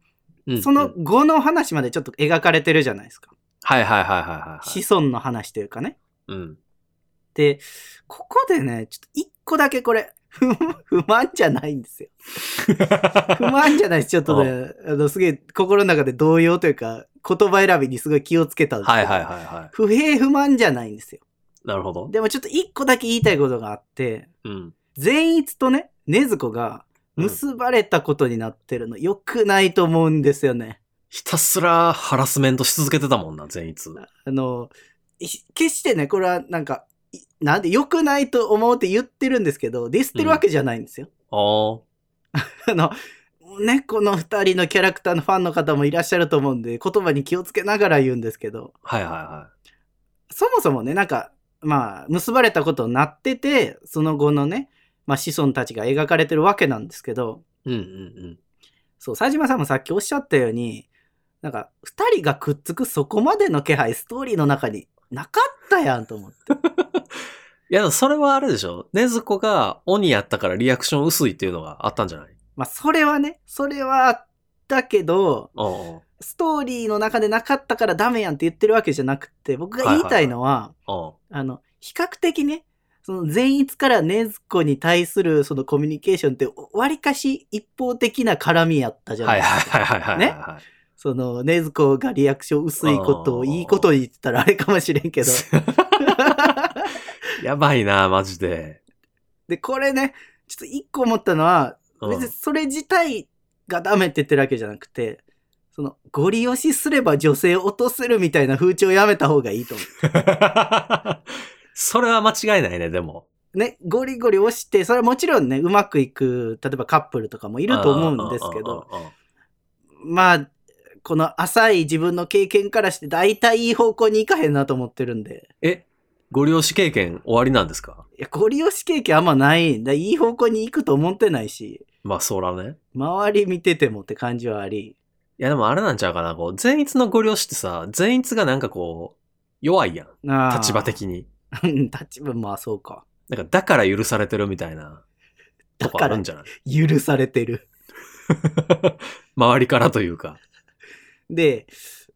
[SPEAKER 1] うん
[SPEAKER 2] その
[SPEAKER 1] うん
[SPEAKER 2] 後の話までちょっと描かれてるじゃないですか。
[SPEAKER 1] はいはいはいはいはいはい。
[SPEAKER 2] 子孫の話というかね。
[SPEAKER 1] うん。
[SPEAKER 2] で、ここでね、ちょっと一個だけこれ、不不満じゃないんですよ。 不満じゃないです。ちょっとね、あの、すげえ心の中で動揺というか、言葉選びにすごい気をつけたんですけど
[SPEAKER 1] はいはいはいは
[SPEAKER 2] 不平不満じゃないんですよ。
[SPEAKER 1] い。なるほど。
[SPEAKER 2] でもちょっと一個だけ言いたいことがあって、
[SPEAKER 1] うん。
[SPEAKER 2] 善逸とね、禰豆子が結ばれたことになってるの、良くないと思うんですよね。
[SPEAKER 1] ひたすらハラスメントし続けてたもんな、善逸。
[SPEAKER 2] あの、い決してね、これはなんか、いなんで良くないと思うって言ってるんですけど、ディスってるわけじゃないんですよ。
[SPEAKER 1] ああ。
[SPEAKER 2] あの、ね、この二人のキャラクターのファンの方もいらっしゃると思うんで、言葉に気をつけながら言うんですけど、
[SPEAKER 1] はいはいは
[SPEAKER 2] そもそもね、なんか、まあ、結ばれたことになってて、その後のね、まあ、子孫たちが描かれてるわけなんですけど、
[SPEAKER 1] い。うんうんうん。
[SPEAKER 2] そう、佐島さんもさっきおっしゃったように、なんか、二人がくっつくそこまでの気配、ストーリーの中になかったやんと思って。
[SPEAKER 1] いや、でもそれはあれでしょ。禰豆子が鬼やったからリアクション薄いっていうのがあったんじゃない
[SPEAKER 2] まあ、それはね、それはあったけど、
[SPEAKER 1] うんうん。
[SPEAKER 2] ストーリーの中でなかったからダメやんって言ってるわけじゃなくて、僕が言いたいのは、
[SPEAKER 1] うん。
[SPEAKER 2] あの、比較的ね、その善逸から禰豆子に対するそのコミュニケーションって、割かし一方的な絡みやったじゃな
[SPEAKER 1] はいいはい
[SPEAKER 2] ですか。
[SPEAKER 1] はいはいはいはい。
[SPEAKER 2] ねその、禰豆子がリアクション薄いことを
[SPEAKER 1] あー
[SPEAKER 2] いいことに言ってたらあれかもしれ んけど。
[SPEAKER 1] やばいな、マジで。
[SPEAKER 2] で、これね、ちょっと一個思ったのは、
[SPEAKER 1] うん
[SPEAKER 2] 別にそれ自体がダメって言ってるわけじゃなくて、その、ゴリ押しすれば女性を落とせるみたいな風潮やめた方がいいと思う。
[SPEAKER 1] それは間違いないね、でも。
[SPEAKER 2] ね、ゴリゴリ押して、それはもちろんね、うまくいく、例えばカップルとかもい
[SPEAKER 1] い
[SPEAKER 2] ると思うんですけど、。まあ、この浅い自分の経験からして、大体いい方向に行かへんなと思ってるんで。
[SPEAKER 1] え、ご利用し経験終わりなんですか
[SPEAKER 2] いや、ご利用し経験あんまないんだ。いい方向に行くと思ってないし、
[SPEAKER 1] まあ、そうらね。
[SPEAKER 2] 周り見ててもって感じはあり。
[SPEAKER 1] いや、でもあれなんちゃうかな。こう、善逸のご利用しってさ、善逸がなんかこう、弱いやん。
[SPEAKER 2] あー
[SPEAKER 1] 立場。的に。
[SPEAKER 2] うん立場、まあそうか。
[SPEAKER 1] なんか、だから許されてるみたいな、と
[SPEAKER 2] だ
[SPEAKER 1] こあ
[SPEAKER 2] か
[SPEAKER 1] る
[SPEAKER 2] ら
[SPEAKER 1] んじゃない
[SPEAKER 2] 許されてる。
[SPEAKER 1] 周りからというか。
[SPEAKER 2] で、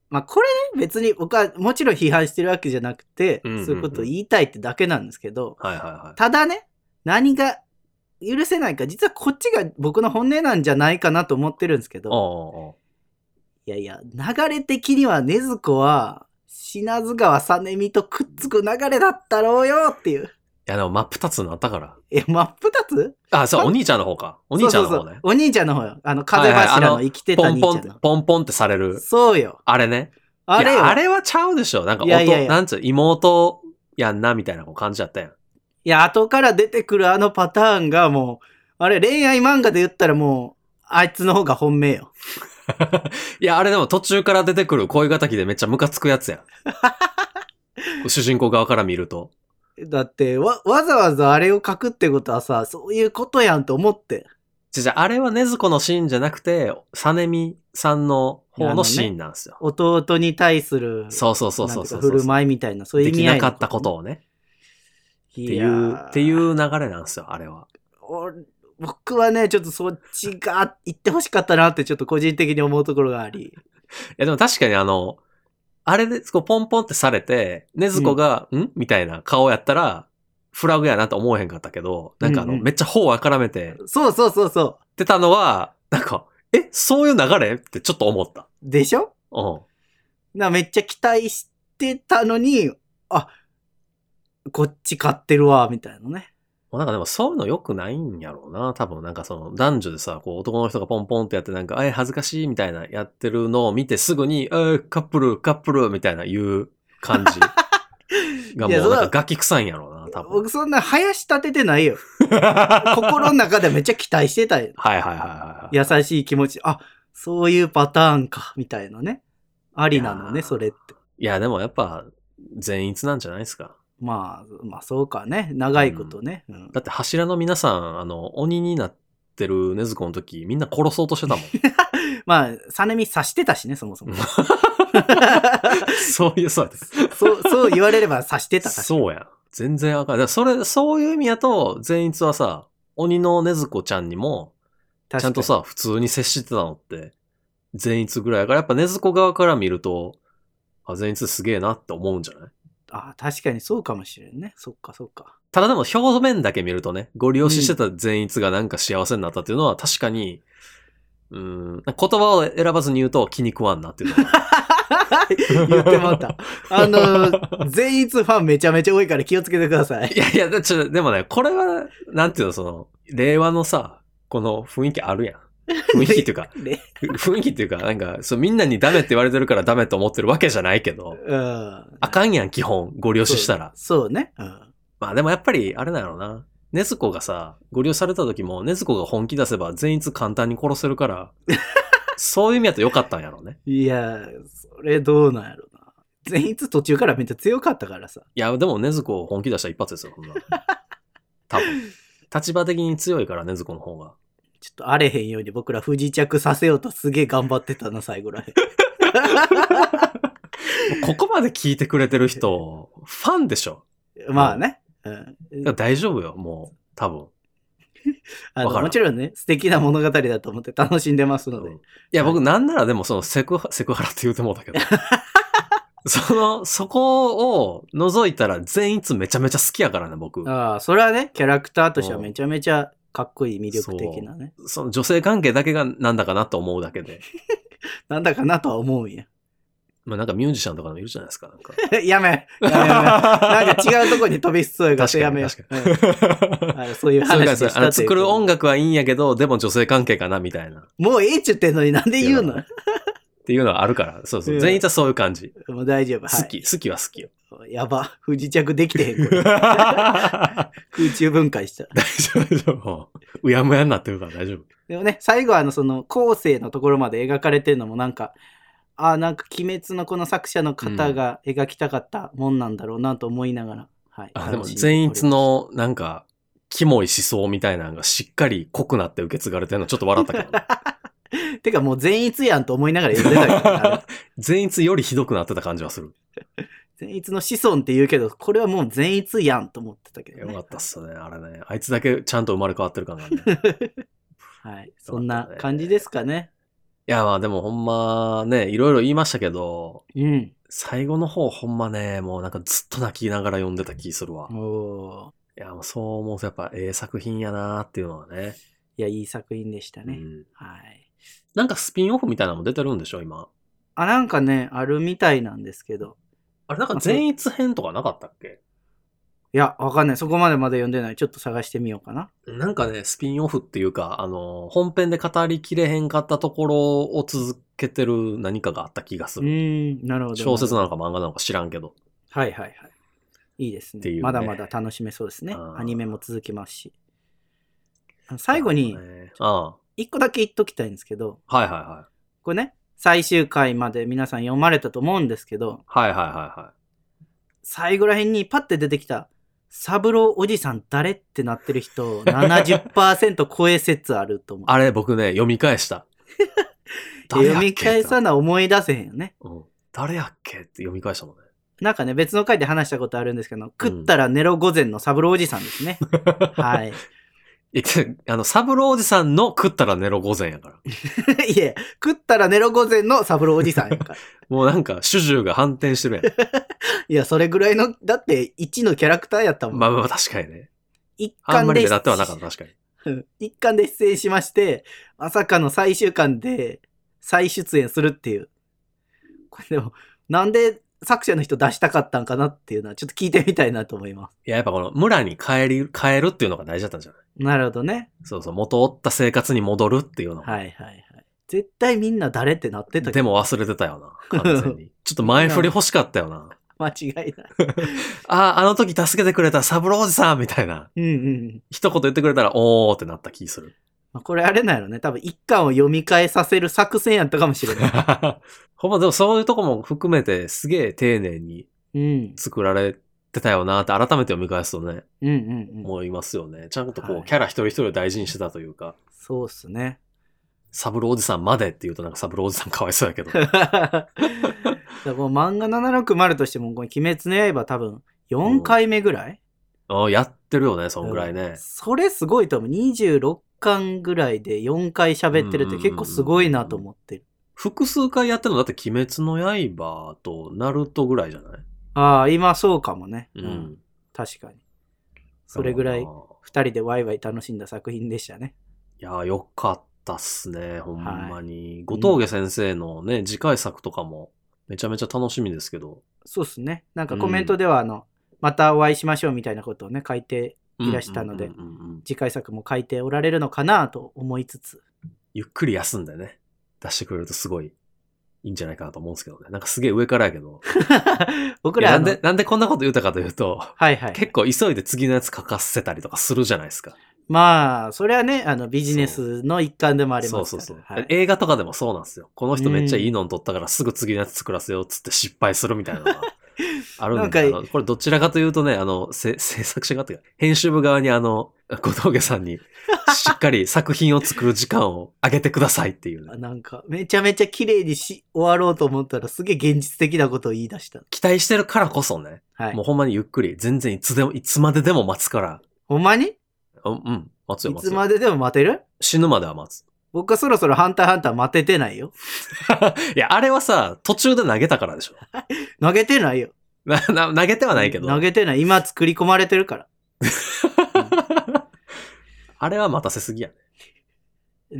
[SPEAKER 2] まあこれね、別に僕はもちろん批判してるわけじゃなくて、
[SPEAKER 1] うんうんうん
[SPEAKER 2] そういうことを言いたいってだけなんですけど、
[SPEAKER 1] はいはい はい。
[SPEAKER 2] ただね、何が許せないか、実はこっちが僕の本音なんじゃないかなと思ってるんですけど、
[SPEAKER 1] おうおうおう
[SPEAKER 2] いやいや、流れ的には禰豆子は、品津川さねみとくっつく流れだったろうよっていう。
[SPEAKER 1] いや、でも真っ二つになったから。
[SPEAKER 2] え、真っ二つ
[SPEAKER 1] あ、そう、
[SPEAKER 2] あ
[SPEAKER 1] お兄ちゃんの方か。お兄ちゃんの方ね。
[SPEAKER 2] そうそうそうお兄ちゃんの方よ。あの、風柱
[SPEAKER 1] はいはいあの
[SPEAKER 2] の生きてた
[SPEAKER 1] ポ
[SPEAKER 2] 兄
[SPEAKER 1] ン
[SPEAKER 2] ちゃ
[SPEAKER 1] ポン
[SPEAKER 2] ん
[SPEAKER 1] って
[SPEAKER 2] の。、
[SPEAKER 1] ポンポンってされる。
[SPEAKER 2] そうよ。
[SPEAKER 1] あれね。
[SPEAKER 2] あれ
[SPEAKER 1] いや
[SPEAKER 2] よ。
[SPEAKER 1] あれはちゃうでしょ。なんか、
[SPEAKER 2] い
[SPEAKER 1] 音、
[SPEAKER 2] やいやいや
[SPEAKER 1] なんつう、妹やんな、みたいな感じだったやん。
[SPEAKER 2] いや、後から出てくるあのパターンがもう、あれ、恋愛漫画で言ったらもう、あいつの方が本命よ。
[SPEAKER 1] いや、あれでも途中から出てくる恋敵でめっちゃムカつくや つやん。こう主人公側から見ると。
[SPEAKER 2] だって、わ、わざわざあれを書くってことはさ、そういうことやんと思って。
[SPEAKER 1] じゃじゃあれは禰豆子のシーンじゃなくて、サネミさんの方のシーンなんですよ。
[SPEAKER 2] 弟に対する、
[SPEAKER 1] そうそうそう
[SPEAKER 2] なん
[SPEAKER 1] そ
[SPEAKER 2] ていうう
[SPEAKER 1] そ
[SPEAKER 2] か
[SPEAKER 1] う
[SPEAKER 2] 振る舞いみたいな、そういう
[SPEAKER 1] でき
[SPEAKER 2] 意味合い
[SPEAKER 1] なか
[SPEAKER 2] の
[SPEAKER 1] ったことをね。
[SPEAKER 2] って
[SPEAKER 1] っていう、っていう流れなんですよ、あれは。
[SPEAKER 2] お僕はね、ちょっとそっちが行ってほしかったなって、ちょっと個人的に思うところがあり。
[SPEAKER 1] いや、でも確かにあの、あれで、こうポンポンってされて、禰豆子が、んみたいな顔やったら、フラグやなと思えへんかったけど、なんかあの、
[SPEAKER 2] うんうん
[SPEAKER 1] めっちゃ頬をあからめて、
[SPEAKER 2] そうそうそうそ
[SPEAKER 1] ってたのは、なんか、え、そういう流れってちょっと思った。
[SPEAKER 2] う。でしょ
[SPEAKER 1] うん。
[SPEAKER 2] なめっちゃ期待してたのに、あ、こっち買ってるわ、みたいなね。
[SPEAKER 1] もうなんかでもそういうの良くないんやろうな。多分なんかその男女でさ、こう男の人がポンポンってやってなんか、え、恥ずかしいみたいなやってるのを見てすぐに、えーカップル、カップルみたいな言う感じが
[SPEAKER 2] い
[SPEAKER 1] も
[SPEAKER 2] や
[SPEAKER 1] う
[SPEAKER 2] そう
[SPEAKER 1] な
[SPEAKER 2] だ
[SPEAKER 1] んかガキ臭いんやろうな、多分。
[SPEAKER 2] 僕そんな林立ててないよ。心
[SPEAKER 1] は。
[SPEAKER 2] の中でめっちゃ期待してたよ
[SPEAKER 1] いはいはいはいはい。
[SPEAKER 2] 優しい気持ち。あ、そういうパターンか、みたいなね。ありなの
[SPEAKER 1] いや
[SPEAKER 2] ね、
[SPEAKER 1] ー
[SPEAKER 2] それって。
[SPEAKER 1] いや、でもやっぱ、善逸なんじゃないですか。
[SPEAKER 2] まあ、まあ、そうかね。長いことね。うん
[SPEAKER 1] だって柱の皆さん、あの、鬼になってる禰豆子の時、みんな殺そうとして たもん。
[SPEAKER 2] まあ、サネミ察してたしね、そもそも。
[SPEAKER 1] そういう、そうです。
[SPEAKER 2] そう、そう言われれば察してたから。
[SPEAKER 1] そうやん。全然あかん。だからそれ、そういう意味やと、善逸はさ、鬼の禰豆子ちゃんにも、ち
[SPEAKER 2] 確か
[SPEAKER 1] ゃん
[SPEAKER 2] に
[SPEAKER 1] と、さ、普通に接してたのって、善逸ぐらいやから、やっぱ禰豆子側から見ると、あ、善逸すげえなって思うんじゃない
[SPEAKER 2] あ確かにそうかもしれんね。そっか、そ っか。
[SPEAKER 1] ただでも表面だけ見るとね、ご利用ししてた善逸がなんか幸せになったっていうのは確かに、うん、言葉を選ばずに言うと気に食わんなっていうのは。
[SPEAKER 2] 言ってもらった。あの、善逸ファンめちゃめちゃ多いから気をつけてくださ い。
[SPEAKER 1] いやいや、だちょでもね、これは、なんていうの、その、令和のさ、この雰囲気あるやん。雰囲気っていうか、
[SPEAKER 2] ね。
[SPEAKER 1] 雰囲気っていうか、なんか、そう、みんなにダメって言われてるからダメと思ってるわけじゃないけど、
[SPEAKER 2] うん。
[SPEAKER 1] あかんやん、基本、ご利用ししたら。
[SPEAKER 2] そうね。うん。
[SPEAKER 1] まあでもやっぱり、あれなんやろな。ねずこがさ、ご利用された時も、ねずこが本気出せば全員簡単に殺せるから、 そういう意味だと良かったんやろうね。
[SPEAKER 2] いや、それどうなんやろな。善逸途中からめっちゃ強かったからさ。
[SPEAKER 1] いや、でもねずこ本気出したら一発ですよ、そんな。多分。立場的に強いから、ねずこの方が。
[SPEAKER 2] ちょっと荒れへんように僕ら不時着させようとすげえ頑張ってたな、最後らへん。
[SPEAKER 1] ここまで聞いてくれてる人、ファンでしょ。
[SPEAKER 2] まあね。うん、
[SPEAKER 1] だから大丈夫よ、もう、多分。
[SPEAKER 2] あの
[SPEAKER 1] わからん
[SPEAKER 2] もちろんね、素敵な物語だと思って楽しんでますので。
[SPEAKER 1] うんいや、
[SPEAKER 2] はい
[SPEAKER 1] 僕なんならでもそのセクハ、セクハラって言うてもうたけ ど。その、そこを除いたら全員めちゃめちゃ好きやからね、僕。
[SPEAKER 2] ああ、それはね、キャラクターとしてはめちゃめちゃかっこいい魅力的なね。
[SPEAKER 1] その女性関係だけがなんだかなと思うだけで。
[SPEAKER 2] なんだかなとは思うんや。
[SPEAKER 1] まあなんかミュージシャンとかでもいるじゃないですか、なんか。
[SPEAKER 2] やめ やめやめなんか違うとこに飛びしそうやから、そ
[SPEAKER 1] 確
[SPEAKER 2] れ
[SPEAKER 1] か
[SPEAKER 2] やめ
[SPEAKER 1] に
[SPEAKER 2] よ
[SPEAKER 1] 確
[SPEAKER 2] う
[SPEAKER 1] かに。
[SPEAKER 2] うんあのそういう
[SPEAKER 1] そう
[SPEAKER 2] 話
[SPEAKER 1] か
[SPEAKER 2] で
[SPEAKER 1] そう
[SPEAKER 2] し
[SPEAKER 1] あ
[SPEAKER 2] た
[SPEAKER 1] の
[SPEAKER 2] という
[SPEAKER 1] 作
[SPEAKER 2] ことで
[SPEAKER 1] る音楽はいいんやけど、でも女性関係かなみたいな。っ
[SPEAKER 2] もうええっちゅってんのになんで言うの
[SPEAKER 1] ていうのはあるから、そうそうう。
[SPEAKER 2] ん
[SPEAKER 1] 全員はそういう感じ。
[SPEAKER 2] もう大丈夫。
[SPEAKER 1] 好き、好きは好きよ。
[SPEAKER 2] はい。 やば。不時着できてへん。こ
[SPEAKER 1] 大
[SPEAKER 2] れ空中分解した。
[SPEAKER 1] 丈夫、大丈夫。もううやむやになってるから大丈夫。
[SPEAKER 2] でもね、最後はあの、その、後世のところまで描かれてるのもなんか、ああ、なんか、鬼滅のこの作者の方が描きたかったもんなんだろうなと思いながら、はい。
[SPEAKER 1] あ、でも
[SPEAKER 2] 楽しん
[SPEAKER 1] 善
[SPEAKER 2] おります
[SPEAKER 1] 逸。のなんか、キモい思想みたいなのがしっかり濃くなって受け継がれてるのちょっと笑ったけどね。
[SPEAKER 2] てかもう善逸やんと思いながら読んでたけどね、 あれ
[SPEAKER 1] 善逸よりひどくなってた感じはする。
[SPEAKER 2] 善逸の子孫って言うけど、これはもう善逸やんと思ってたけど、
[SPEAKER 1] よ
[SPEAKER 2] ね。
[SPEAKER 1] かったっ すね、あれね。あいつだけちゃんと生まれ変わってる感があるね。い
[SPEAKER 2] はい。そんな感じですかね。
[SPEAKER 1] や、まあでもほんまね、いろいろ言いましたけど、
[SPEAKER 2] うん。
[SPEAKER 1] 最後の方ほんまね、もうなんかずっと泣きながら読んでた気するわ。い
[SPEAKER 2] おー
[SPEAKER 1] や、もうそう思うとやっぱええ作品やなーっていうのはね。
[SPEAKER 2] いや、いい作品でしたね。
[SPEAKER 1] うん
[SPEAKER 2] はい。
[SPEAKER 1] なんかスピンオフみたいなのも出てるんでしょ、今。
[SPEAKER 2] あ、なんかね、あるみたいなんですけど。
[SPEAKER 1] あれなんか善逸編とかなかったっけ
[SPEAKER 2] いや、わかんない。そこまでまだ読んでない。ちょっと探してみようかな。
[SPEAKER 1] なんかね、スピンオフっていうか、あの、本編で語りきれへんかったところを続けてる何かがあった気がす
[SPEAKER 2] う
[SPEAKER 1] る。
[SPEAKER 2] ーん、なるほど。
[SPEAKER 1] 小説なのか漫画なのか知らんけど。
[SPEAKER 2] はいはいはい。いいです
[SPEAKER 1] って
[SPEAKER 2] ね。
[SPEAKER 1] いうね
[SPEAKER 2] まだまだ楽しめそうですね
[SPEAKER 1] あ。ー
[SPEAKER 2] アニメも続きますし。あの最後に
[SPEAKER 1] な、るほどねあ
[SPEAKER 2] 一個だけ言っときたいんですけど、
[SPEAKER 1] あはいはいはい。
[SPEAKER 2] これね、最終回まで皆さん読まれたと思うんですけど、
[SPEAKER 1] はいはいはいは
[SPEAKER 2] 最後らへんにパッて出てきた、サブローおじさん誰ってなってる人、70%超え説あると思
[SPEAKER 1] い。あれ僕ね、読み返した。
[SPEAKER 2] う。
[SPEAKER 1] 誰や
[SPEAKER 2] 読
[SPEAKER 1] っけ
[SPEAKER 2] み返さな思い出せへんよね。
[SPEAKER 1] うん誰やっけって読み返したもんね。
[SPEAKER 2] なんかね、別の回で話したことあるんですけど、食ったらネロ御前のサブローおじさん ですね。はい。
[SPEAKER 1] え、てあの、サブローおじさんの食ったら寝ろ午前やから。
[SPEAKER 2] いや、食ったらネロ御前のサブローおじさん やから。
[SPEAKER 1] もうなんか主従が反転して るやん。
[SPEAKER 2] いや、それぐらいの、だって1のキャラクターやったもん。
[SPEAKER 1] まあまあまあ確かにね。
[SPEAKER 2] 一
[SPEAKER 1] あんま
[SPEAKER 2] 巻
[SPEAKER 1] り
[SPEAKER 2] で
[SPEAKER 1] 目立ってはなかった確かに。
[SPEAKER 2] うん一巻で出演しまして、まさかの最終巻で再出演するっていう。これでも、なんで作者の人出したかったんかなっていうのは、ちょっと聞いてみたいなと思いま
[SPEAKER 1] いや、やっぱこの村に帰り、帰るっていうのが大事だったんじゃない
[SPEAKER 2] す。なるほどね。
[SPEAKER 1] そうそう、元おった生活に戻るっていうの。
[SPEAKER 2] はいはいはい。絶対みんな誰ってなってたけ
[SPEAKER 1] で
[SPEAKER 2] ど、
[SPEAKER 1] も忘れてたよな、完全 に。ちょっと前振り欲しかったよな。
[SPEAKER 2] 間違いない。
[SPEAKER 1] ああ、あの時助けてくれたサブロージさんみたいな。
[SPEAKER 2] うんうん。
[SPEAKER 1] 一言言ってくれたら、おーってなった気する。
[SPEAKER 2] まあ、これあれなんやろね。多分一巻を読み返させる作戦やったかもしれない。
[SPEAKER 1] ほんまでもそういうとこも含めてすげえ丁寧に
[SPEAKER 2] うん。
[SPEAKER 1] 作られてたよなって改めて読み返すとね、
[SPEAKER 2] うんうんうん。
[SPEAKER 1] 思いますよね。ちゃんとこ
[SPEAKER 2] は
[SPEAKER 1] う
[SPEAKER 2] い
[SPEAKER 1] キャラ一人一人を大事にしてたというか、
[SPEAKER 2] そうっすね。
[SPEAKER 1] サブローおじさんまでっていうとなんかサブローおじさんかわいそう やけど。
[SPEAKER 2] だからこの漫画760としても、この鬼滅の刃多分4回目ぐらい、
[SPEAKER 1] あやってるよね、そんぐらいね。
[SPEAKER 2] それすごいと思う。26巻ぐらいで4回喋ってるって結構すごいなと思ってる。
[SPEAKER 1] 複数回やってるのだって鬼滅の刃とナルトぐらいじゃない
[SPEAKER 2] ああ、今そうかもね。
[SPEAKER 1] うん。
[SPEAKER 2] 確かに。それぐらい
[SPEAKER 1] だから
[SPEAKER 2] 2人でワイワイ楽しんだ作品でしたね。
[SPEAKER 1] いやー、よかったっすね、ほんまに。後峠先生のね、次回作とかも、めちゃめちゃ楽しみですけど。
[SPEAKER 2] そうっすね。なんかコメントでは、あの、またお会いしましょうみたいなことをね、書いて、いらしたので
[SPEAKER 1] うんうんうんうん
[SPEAKER 2] 次回作も書いておられるのかなと思いつつ。
[SPEAKER 1] ゆっくり休んでね、出してくれるとすごい、いいんじゃないかなと思うんですけどね。なんかすげえ上からやけど。
[SPEAKER 2] 僕
[SPEAKER 1] いや
[SPEAKER 2] らあ
[SPEAKER 1] なん
[SPEAKER 2] の
[SPEAKER 1] で、なんでこんなこと言ったかというと、
[SPEAKER 2] はいはい。
[SPEAKER 1] 結構急いで次のやつ書かせたりとかするじゃないですか。
[SPEAKER 2] まあ、それはね、あの、ビジネスの一環でもあり
[SPEAKER 1] そ
[SPEAKER 2] ま
[SPEAKER 1] う
[SPEAKER 2] す
[SPEAKER 1] そ
[SPEAKER 2] か
[SPEAKER 1] う
[SPEAKER 2] ら。
[SPEAKER 1] そう、
[SPEAKER 2] はい
[SPEAKER 1] 映画とかでもそうなんですよ。この人めっちゃいいの撮ったからすぐ次のやつ作らせようっつって失敗するみたいな のがあるんで、
[SPEAKER 2] なんか
[SPEAKER 1] あのこれどちらかというとね、あの、せ制作者側というか、編集部側にあの、小峠さんにしっかり作品を作る時間をあげてくださいっていうね、
[SPEAKER 2] あなんか、めちゃめちゃ綺麗にし終わろうと思ったら、すげえ現実的なことを言い出した。
[SPEAKER 1] 期待してるからこそね、
[SPEAKER 2] はい
[SPEAKER 1] もう。ほんまにゆっくり、全然いつでも、いつまででも待つから、
[SPEAKER 2] ほんまに
[SPEAKER 1] うん、うん、待つよ
[SPEAKER 2] い
[SPEAKER 1] 待
[SPEAKER 2] つ
[SPEAKER 1] つよ。
[SPEAKER 2] まででも待てる
[SPEAKER 1] 死ぬまでは待つ。
[SPEAKER 2] 僕はそろそろハンターハンター待ててないよ。
[SPEAKER 1] いや、あれはさ、途中で投げたからでしょ。
[SPEAKER 2] 投げてないよ。
[SPEAKER 1] なな投げてはないけど。
[SPEAKER 2] 投げてない。今作り込まれてるから。
[SPEAKER 1] あれは待たせすぎやね。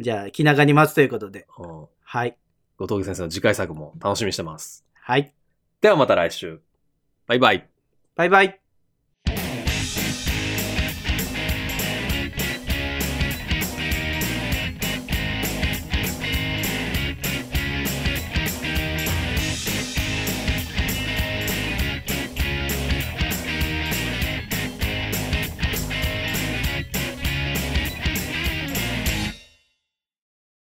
[SPEAKER 2] じゃあ、気長に待つということで。
[SPEAKER 1] うん
[SPEAKER 2] はい。
[SPEAKER 1] 後藤先生の次回作も楽しみにしてます。
[SPEAKER 2] はい。
[SPEAKER 1] ではまた来週。バイバイ。
[SPEAKER 2] バイバイ。